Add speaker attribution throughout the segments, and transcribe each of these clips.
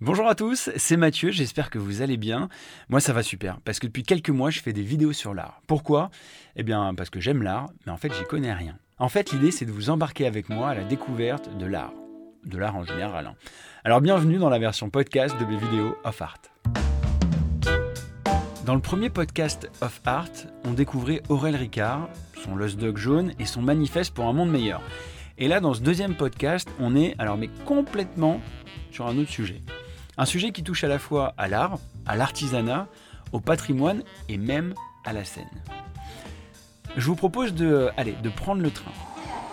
Speaker 1: Bonjour à tous, c'est Mathieu, j'espère que vous allez bien. Moi ça va super, parce que depuis quelques mois je fais des vidéos sur l'art. Pourquoi Eh bien parce que j'aime l'art, mais en fait j'y connais rien. En fait l'idée c'est de vous embarquer avec moi à la découverte de l'art. De l'art en général. hein. Alors bienvenue dans la version podcast de mes vidéos Off Art. Dans le premier podcast Off Art, on découvrait Aurel Ricard, son Lost Dog jaune et son manifeste pour un monde meilleur. Et là dans ce deuxième podcast, on est alors mais complètement sur un autre sujet. Un sujet qui touche à la fois à l'art, à l'artisanat, au patrimoine et même à la scène. Je vous propose de, allez, de prendre le train.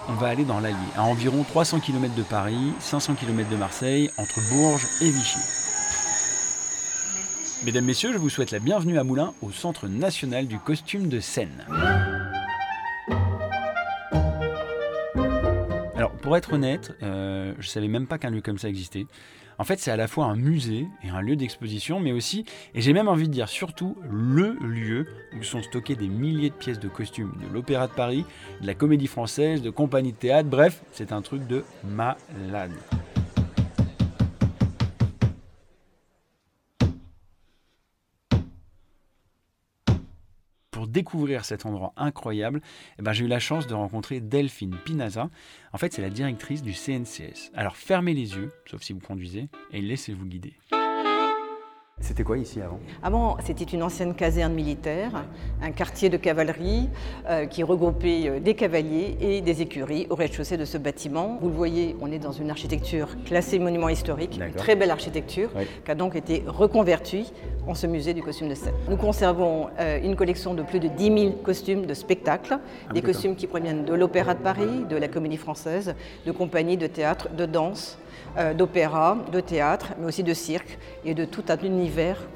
Speaker 1: On va aller dans l'Allier, à environ 300 km de Paris, 500 km de Marseille, entre Bourges et Vichy. Mesdames, Messieurs, je vous souhaite la bienvenue à Moulins, au Centre national du costume de scène. Alors, pour être honnête, euh, je savais même pas qu'un lieu comme ça existait. En fait, c'est à la fois un musée et un lieu d'exposition, mais aussi, et j'ai même envie de dire surtout, le lieu où sont stockées des milliers de pièces de costumes de l'Opéra de Paris, de la Comédie Française, de compagnie de théâtre, bref, c'est un truc de malade. Pour découvrir cet endroit incroyable, eh ben, j'ai eu la chance de rencontrer Delphine Pinaza. En fait, c'est la directrice du CNCS. Alors fermez les yeux, sauf si vous conduisez, et laissez-vous guider. C'était quoi ici avant
Speaker 2: Avant, Ah c'était une ancienne caserne militaire, un quartier de cavalerie euh, qui regroupait euh, des cavaliers et des écuries au rez-de-chaussée de ce bâtiment. Vous le voyez, on est dans une architecture classée monument historique,
Speaker 1: D'accord.
Speaker 2: très belle architecture,
Speaker 1: Oui.
Speaker 2: qui a donc été reconvertie en ce musée du costume de scène. Nous conservons euh, une collection de plus de 10 000 costumes de spectacle, des
Speaker 1: Ah d'accord.
Speaker 2: costumes qui proviennent de l'Opéra de Paris, de la Comédie Française, de compagnies de théâtre, de danse, euh, d'opéra, de théâtre, mais aussi de cirque et de tout un univers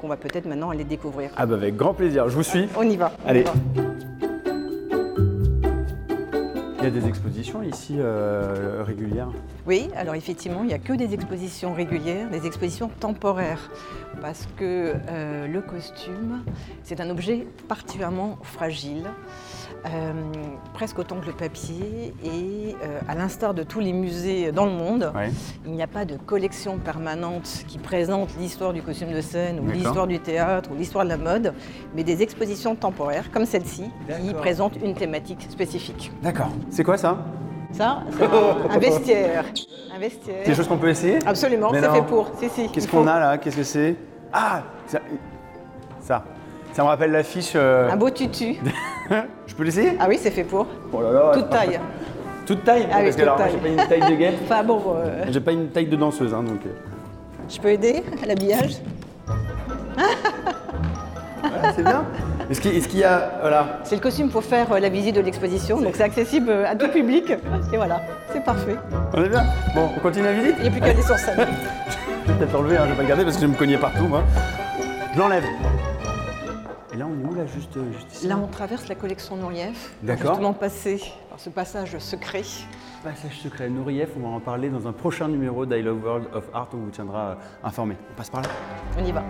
Speaker 2: qu'on va peut-être maintenant aller découvrir.
Speaker 1: Ah bah avec grand plaisir, je vous suis.
Speaker 2: On y va. on
Speaker 1: Allez.
Speaker 2: y va.
Speaker 1: Il y a des expositions ici euh, régulières.
Speaker 2: Oui, alors effectivement, il n'y a que des expositions régulières, des expositions temporaires, parce que euh, le costume, c'est un objet particulièrement fragile, euh, presque autant que le papier, et euh, à l'instar de tous les musées dans le monde,
Speaker 1: Ouais.
Speaker 2: il n'y a pas de collection permanente qui présente l'histoire du costume de scène, ou
Speaker 1: D'accord.
Speaker 2: l'histoire du théâtre, ou l'histoire de la mode, mais des expositions temporaires, comme celle-ci, qui
Speaker 1: D'accord.
Speaker 2: présentent une thématique spécifique.
Speaker 1: D'accord. C'est quoi ça
Speaker 2: Ça, c'est un, un vestiaire. Un vestiaire.
Speaker 1: C'est des choses qu'on peut essayer
Speaker 2: Absolument,
Speaker 1: Mais
Speaker 2: c'est
Speaker 1: non.
Speaker 2: fait pour. Si, si,
Speaker 3: Qu'est-ce
Speaker 2: Ah, il faut
Speaker 3: qu'on a là Qu'est-ce que c'est Ah ça, ça Ça me rappelle l'affiche. euh,
Speaker 2: Un beau tutu.
Speaker 3: Je peux l'essayer
Speaker 2: Ah oui, c'est fait pour.
Speaker 3: Oh là là,
Speaker 2: Toute taille.
Speaker 3: Toute taille
Speaker 2: Ah oui,
Speaker 3: Parce que
Speaker 2: toute
Speaker 3: alors,
Speaker 2: taille.
Speaker 3: j'ai pas une taille de guêpe.
Speaker 2: Enfin bon, euh,
Speaker 3: J'ai pas une taille de danseuse, hein, donc. euh,
Speaker 2: je peux aider à l'habillage
Speaker 3: voilà, c'est bien. Est-ce qu'il est-ce qu'il y a. Voilà.
Speaker 2: C'est le costume pour faire euh, la visite de l'exposition, donc c'est accessible euh, à tout public. Et voilà, c'est parfait.
Speaker 3: On est bien Bon, on continue la visite
Speaker 2: Il n'y a plus qu'à aller sur scène.
Speaker 3: Je vais peut-être l'enlever, hein, je vais pas le garder parce que je vais me cognais partout, moi. Je l'enlève. Et là, on est où, là Juste, euh, juste ici
Speaker 2: Là, on traverse la collection Nourieff.
Speaker 3: D'accord.
Speaker 2: Justement passé par ce passage secret.
Speaker 3: Passage secret, Nourieff, on va en parler dans un prochain numéro d'I Love World of Art, on vous tiendra euh, informé. On passe par là
Speaker 2: On y va.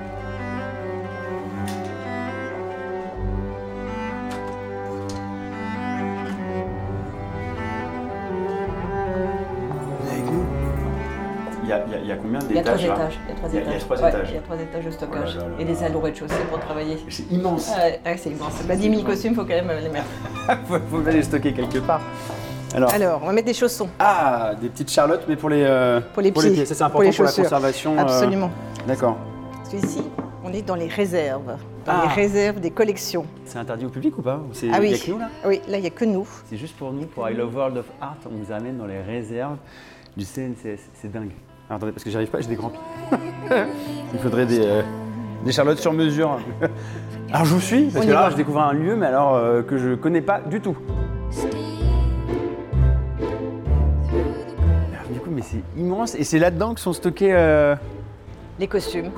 Speaker 3: Il y a, il y a- il y a combien d'étages
Speaker 2: Il y a trois
Speaker 3: là
Speaker 2: étages. Il y a trois
Speaker 3: hein. Il y a-
Speaker 2: étages.
Speaker 3: il y a trois
Speaker 2: Ouais,
Speaker 3: étages.
Speaker 2: il y a trois étages de stockage.
Speaker 3: Oh là là là
Speaker 2: Et des salles au rez-de-chaussée pour travailler.
Speaker 3: C'est immense.
Speaker 2: Ouais, ouais, c'est immense. Bah, 10 000 costumes, faut quand même euh, les mettre.
Speaker 3: faut, faut bien les stocker quelque part. Alors,
Speaker 2: Alors, on va mettre des chaussons.
Speaker 3: ah, des petites charlottes, mais pour les euh,
Speaker 2: Pour les pieds,
Speaker 3: Ça c'est important
Speaker 2: pour les
Speaker 3: pour, la
Speaker 2: chaussures.
Speaker 3: conservation. euh,
Speaker 2: Absolument.
Speaker 3: D'accord.
Speaker 2: Parce qu'ici, on est dans les réserves, dans
Speaker 3: Ah.
Speaker 2: les réserves des collections.
Speaker 3: C'est interdit au public ou pas Ou C'est
Speaker 2: Ah
Speaker 3: il y
Speaker 2: oui,
Speaker 3: a que nous là
Speaker 2: oui, là, il n'y a que nous.
Speaker 3: C'est juste pour nous, pour I Love World of Art, on vous amène dans les réserves du CNCS. C'est dingue. Alors, attendez, parce que j'arrive pas, j'ai des grands pieds. il faudrait des, euh, des charlottes sur mesure. alors je vous suis, parce
Speaker 2: On
Speaker 3: que
Speaker 2: y
Speaker 3: là
Speaker 2: va.
Speaker 3: j'ai découvert un lieu, mais alors euh, que je connais pas du tout. Alors, Ah, du coup, mais c'est immense et c'est là-dedans que sont stockés. euh,
Speaker 2: Les costumes.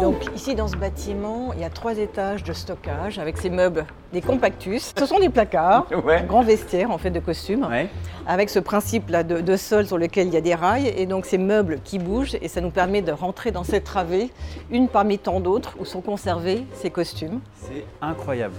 Speaker 2: Donc ici, dans ce bâtiment, il y a trois étages de stockage avec ces meubles, des compactus. Ce sont des placards,
Speaker 3: Ouais.
Speaker 2: un grand vestiaire en fait de costumes,
Speaker 3: Ouais.
Speaker 2: avec ce principe-là de, de sol sur lequel il y a des rails, et donc ces meubles qui bougent, et ça nous permet de rentrer dans cette travée, une parmi tant d'autres, où sont conservés ces costumes.
Speaker 3: C'est incroyable.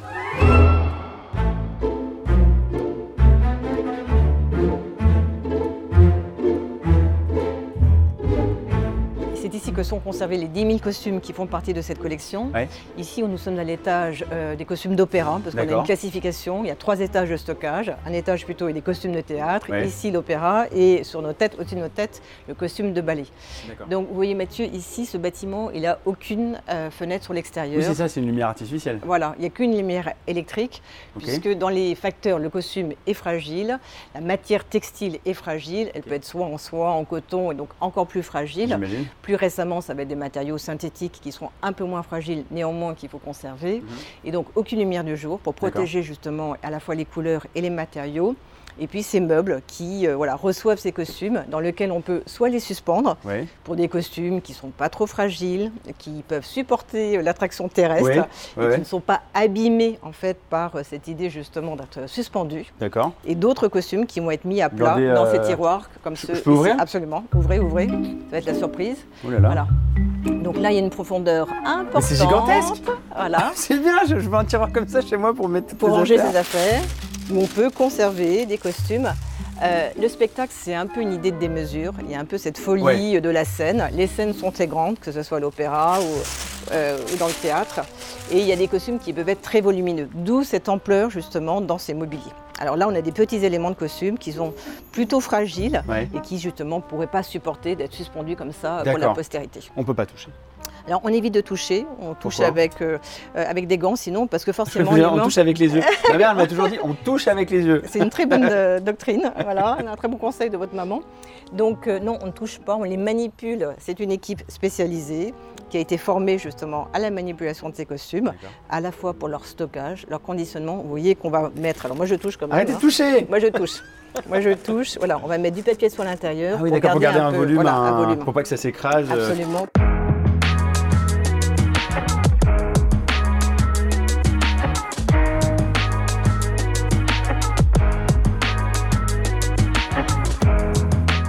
Speaker 2: C'est ici que sont conservés les 10 000 costumes qui font partie de cette collection.
Speaker 4: Ouais.
Speaker 2: Ici, nous sommes à l'étage euh, des costumes d'opéra, parce qu'on a
Speaker 4: D'accord.
Speaker 2: une classification. Il y a trois étages de stockage. Un étage plutôt et des costumes de théâtre.
Speaker 4: Ouais.
Speaker 2: Ici, l'opéra. Et sur nos têtes, au-dessus de nos têtes, le costume de ballet.
Speaker 4: D'accord.
Speaker 2: Donc, vous voyez, Mathieu, ici, ce bâtiment, il n'a aucune euh, fenêtre sur
Speaker 1: Oui,
Speaker 2: l'extérieur.
Speaker 1: c'est ça, c'est une lumière artificielle.
Speaker 2: Voilà, il n'y a qu'une lumière électrique,
Speaker 1: Ok.
Speaker 2: puisque dans les facteurs, le costume est fragile, la matière textile est fragile, elle peut être soit en soie, en coton, et donc encore plus fragile.
Speaker 1: J'imagine.
Speaker 2: Plus récemment, ça va être des matériaux synthétiques qui seront un peu moins fragiles, néanmoins qu'il faut conserver.
Speaker 1: Mhm.
Speaker 2: Et donc, aucune lumière du jour pour protéger justement à la fois les couleurs et les matériaux. Et puis ces meubles qui euh, voilà, reçoivent ces costumes, dans lesquels on peut soit les suspendre
Speaker 1: Oui.
Speaker 2: pour des costumes qui ne sont pas trop fragiles, qui peuvent supporter euh, l'attraction terrestre,
Speaker 1: Ouais,
Speaker 2: et
Speaker 1: ouais,
Speaker 2: qui
Speaker 1: ouais.
Speaker 2: ne sont pas abîmés en fait par euh, cette idée justement d'être suspendus
Speaker 1: D'accord.
Speaker 2: et d'autres costumes qui vont être mis à plat
Speaker 1: Regardez,
Speaker 2: dans
Speaker 1: euh,
Speaker 2: ces tiroirs comme
Speaker 1: je-
Speaker 2: ceux
Speaker 1: je peux ouvrir
Speaker 2: ici. absolument ouvrez ouvrez ça va être la surprise
Speaker 1: Oh là là.
Speaker 2: voilà donc là il y a une profondeur importante
Speaker 1: Mais c'est gigantesque
Speaker 2: voilà
Speaker 1: Ah, C'est bien, je, je veux un tiroir comme ça chez moi pour mettre. toutes
Speaker 2: pour
Speaker 1: les
Speaker 2: ranger
Speaker 1: affaires.
Speaker 2: ses affaires où on peut conserver des costumes Euh, le spectacle, c'est un peu une idée de démesure. Il y a un peu cette folie
Speaker 1: Ouais.
Speaker 2: de la scène. Les scènes sont très grandes, que ce soit à l'opéra ou, euh, ou dans le théâtre. Et il y a des costumes qui peuvent être très volumineux, d'où cette ampleur justement dans ces mobiliers. Alors là, on a des petits éléments de costume qui sont plutôt fragiles
Speaker 1: Ouais.
Speaker 2: et qui justement ne pourraient pas supporter d'être suspendus comme ça pour la
Speaker 1: D'accord.
Speaker 2: postérité.
Speaker 1: On peut pas toucher.
Speaker 2: Alors on évite de toucher, on touche
Speaker 1: Pourquoi
Speaker 2: avec, euh, euh, avec des gants sinon, parce que
Speaker 1: Je
Speaker 2: forcément,
Speaker 1: veux dire, on
Speaker 2: l'humain-
Speaker 1: touche avec les yeux. Ma mère elle m'a toujours dit on touche avec les yeux.
Speaker 2: C'est une très bonne euh, doctrine, voilà, un très bon conseil de votre maman. Donc euh, non, on ne touche pas, on les manipule. C'est une équipe spécialisée qui a été formée justement à la manipulation de ces costumes, à la fois pour leur stockage, leur conditionnement. Vous voyez qu'on va mettre, alors moi je touche quand même.
Speaker 1: Arrêtez
Speaker 2: hein.
Speaker 1: de toucher
Speaker 2: Moi je touche. Moi je touche. Voilà, on va mettre du papier sur l'intérieur.
Speaker 1: Ah oui, d'accord, pour garder un,
Speaker 2: peu-
Speaker 1: volume,
Speaker 2: voilà,
Speaker 1: un-
Speaker 2: un volume.
Speaker 1: pour pas que ça s'écrase. euh,
Speaker 2: Absolument.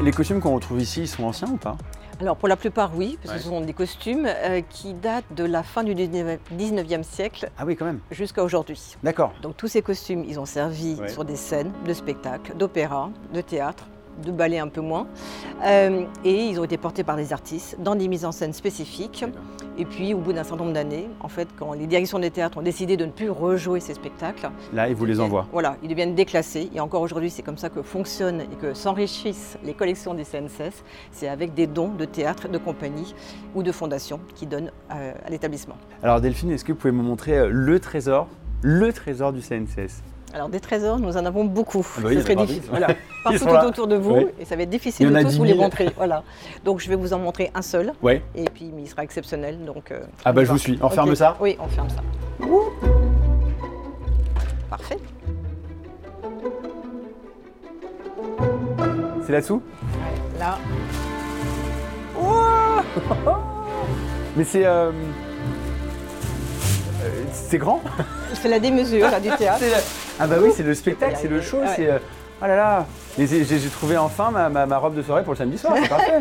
Speaker 1: Les costumes qu'on retrouve ici, ils sont anciens ou pas
Speaker 2: Alors pour la plupart oui, parce que
Speaker 1: Ouais.
Speaker 2: ce sont des costumes euh, qui datent de la fin du 19e 19e siècle
Speaker 1: Ah oui, quand même.
Speaker 2: jusqu'à aujourd'hui.
Speaker 1: D'accord.
Speaker 2: Donc tous ces costumes, ils ont servi
Speaker 1: Ouais.
Speaker 2: sur des scènes de spectacles, d'opéra, de théâtre, de ballet un peu moins. Euh, et ils ont été portés par des artistes dans des mises en scène spécifiques.
Speaker 1: D'accord.
Speaker 2: Et puis au bout d'un certain nombre d'années, en fait, quand les directions des théâtres ont décidé de ne plus rejouer ces spectacles,
Speaker 1: Là, ils vous les envoient.
Speaker 2: voilà, ils deviennent déclassés. Et encore aujourd'hui, c'est comme ça que fonctionnent et que s'enrichissent les collections des CNSS. C'est avec des dons de théâtres, de compagnies ou de fondations qui donnent euh, à l'établissement.
Speaker 1: Alors Delphine, est-ce que vous pouvez me montrer euh, le trésor le trésor du CNCS.
Speaker 2: Alors des trésors, nous en avons beaucoup.
Speaker 1: Ah bah oui, il
Speaker 2: Ce
Speaker 1: y en a
Speaker 2: serait
Speaker 1: parmi.
Speaker 2: difficile.
Speaker 1: Voilà. Ils
Speaker 2: partout
Speaker 1: sont
Speaker 2: tout
Speaker 1: là.
Speaker 2: autour de vous
Speaker 1: Oui.
Speaker 2: et ça va être
Speaker 1: Il
Speaker 2: difficile
Speaker 1: y en
Speaker 2: de
Speaker 1: a
Speaker 2: tous
Speaker 1: 10
Speaker 2: vous
Speaker 1: 000.
Speaker 2: les montrer. Voilà. Donc je vais vous en montrer un seul
Speaker 1: Ouais.
Speaker 2: et puis il sera exceptionnel. Donc euh,
Speaker 1: Ah bah
Speaker 2: on
Speaker 1: je
Speaker 2: va.
Speaker 1: vous suis. On
Speaker 2: Ok.
Speaker 1: ferme ça
Speaker 2: Oui, on ferme ça. Parfait.
Speaker 1: C'est là-dessous
Speaker 2: Là,
Speaker 1: Mais c'est... euh, euh, c'est grand
Speaker 2: c'est la démesure là, du théâtre.
Speaker 1: C'est la- Ah bah oui, c'est le spectacle, c'est le show,
Speaker 2: Ouais.
Speaker 1: c'est... euh, Oh là là Mais c'est- j'ai j'ai trouvé enfin ma, ma- ma robe de soirée pour le samedi soir, c'est parfait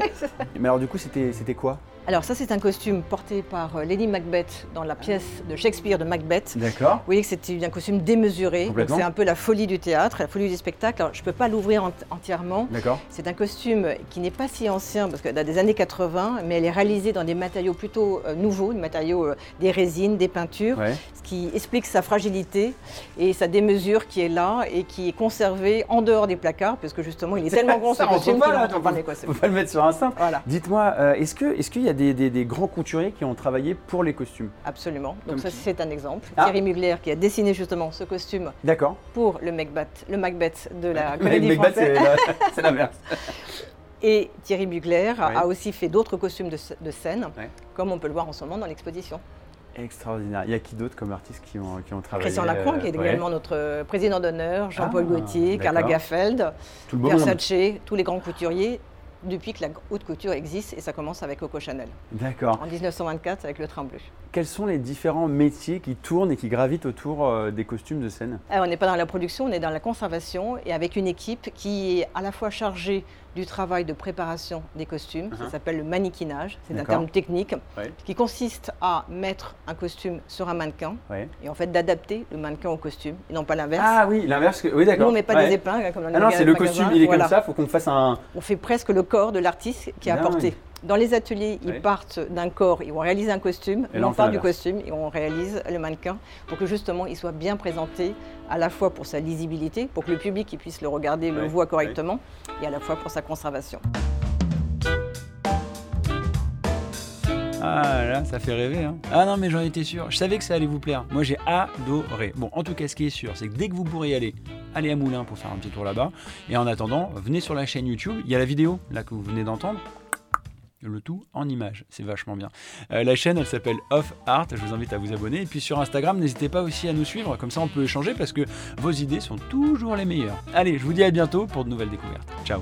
Speaker 1: Mais alors du coup, c'était c'était quoi
Speaker 2: Alors ça, c'est un costume porté par euh, Lady Macbeth dans la pièce de Shakespeare de Macbeth.
Speaker 1: D'accord.
Speaker 2: Vous voyez que c'était un costume démesuré. Donc,
Speaker 1: Complètement.
Speaker 2: C'est un peu la folie du théâtre, la folie du spectacle. Alors, je ne peux pas l'ouvrir ent- entièrement.
Speaker 1: D'accord.
Speaker 2: C'est un costume qui n'est pas si ancien parce qu'elle date des années 80, mais elle est réalisée dans des matériaux plutôt euh, nouveaux, des matériaux euh, des résines, des peintures,
Speaker 1: Ouais.
Speaker 2: ce qui explique sa fragilité et sa démesure qui est là et qui est conservée en dehors des placards parce que justement il est tellement grand ce
Speaker 1: Ça, on
Speaker 2: costume
Speaker 1: peut pas,
Speaker 2: qu'il
Speaker 1: là,
Speaker 2: rentre
Speaker 1: on
Speaker 2: pas
Speaker 1: peut-
Speaker 2: dans les costumes.
Speaker 1: Faut pas le mettre sur Insta.
Speaker 2: Voilà,
Speaker 1: Dites-moi, euh, est-ce que est-ce qu'il y a des, des- des grands couturiers qui ont travaillé pour les costumes
Speaker 2: absolument.
Speaker 1: Comme
Speaker 2: Donc ça
Speaker 1: qui
Speaker 2: c'est un exemple.
Speaker 1: Ah.
Speaker 2: Thierry Mugler qui a dessiné justement ce costume
Speaker 1: D'accord.
Speaker 2: pour le Macbeth, le Macbeth de la
Speaker 1: Mais
Speaker 2: comédie
Speaker 1: Macbeth, euh,
Speaker 2: française.
Speaker 1: c'est la- c'est l'inverse.
Speaker 2: Et Thierry Mugler
Speaker 1: Ouais.
Speaker 2: a aussi fait d'autres costumes de, sc- de scène,
Speaker 1: Ouais.
Speaker 2: comme on peut le voir en ce moment dans l'exposition.
Speaker 1: Extraordinaire. Il y a qui d'autre comme artiste qui ont, qui ont travaillé
Speaker 2: Christian Lacroix, qui est
Speaker 1: euh, ouais.
Speaker 2: également notre euh, président d'honneur, Jean-Paul
Speaker 1: Ah,
Speaker 2: Gaultier, Carla
Speaker 1: d'accord.
Speaker 2: Gaffeld,
Speaker 1: Tout le beau monde.
Speaker 2: Versace, tous les grands couturiers, depuis que la haute couture existe, et ça commence avec Coco Chanel,
Speaker 1: D'accord.
Speaker 2: en 1924 avec le train bleu.
Speaker 1: Quels sont les différents métiers qui tournent et qui gravitent autour euh, des costumes de scène
Speaker 2: Alors, Euh, on n'est pas dans la production, on est dans la conservation, et avec une équipe qui est à la fois chargée du travail de préparation des costumes, ça
Speaker 1: Mhm.
Speaker 2: s'appelle le mannequinage, c'est un
Speaker 1: D'accord.
Speaker 2: terme technique,
Speaker 1: Ouais.
Speaker 2: qui consiste à mettre un costume sur un mannequin,
Speaker 1: Ouais.
Speaker 2: et en fait d'adapter le mannequin au costume, et non pas l'inverse.
Speaker 1: Ah oui, l'inverse. que- Oui,
Speaker 2: Nous,
Speaker 1: d'accord.
Speaker 2: on ne met pas
Speaker 1: Ouais.
Speaker 2: des épingles hein, comme dans les
Speaker 1: Ah non,
Speaker 2: magasins-
Speaker 1: c'est le
Speaker 2: magasins,
Speaker 1: costume, il est
Speaker 2: voilà.
Speaker 1: comme ça, faut qu'on fasse un.
Speaker 2: On fait presque le corps de l'artiste qui a
Speaker 1: Dingue.
Speaker 2: porté. Dans les ateliers, ils
Speaker 3: Oui.
Speaker 2: partent d'un corps et on réalise un costume.
Speaker 3: Et là,
Speaker 2: là,
Speaker 3: on
Speaker 2: on
Speaker 3: fait
Speaker 2: part du
Speaker 3: l'inverse.
Speaker 2: costume et on réalise le mannequin pour que justement il soit bien présenté à la fois pour sa lisibilité, pour que le public il puisse le regarder, le
Speaker 3: Oui,
Speaker 2: voit correctement, et à la fois pour sa conservation.
Speaker 1: Ah là, ça fait rêver. hein. Ah non, mais j'en étais sûr. Je savais que ça allait vous plaire. Moi, j'ai adoré. Bon, en tout cas, ce qui est sûr, c'est que dès que vous pourrez y aller, allez à Moulins pour faire un petit tour là-bas. Et en attendant, venez sur la chaîne YouTube. Il y a la vidéo, là, que vous venez d'entendre. Le tout en images, c'est vachement bien. Euh, la chaîne, elle s'appelle Off Art, je vous invite à vous abonner. Et puis sur Instagram, n'hésitez pas aussi à nous suivre, comme ça on peut échanger parce que vos idées sont toujours les meilleures. Allez, je vous dis à bientôt pour de nouvelles découvertes. Ciao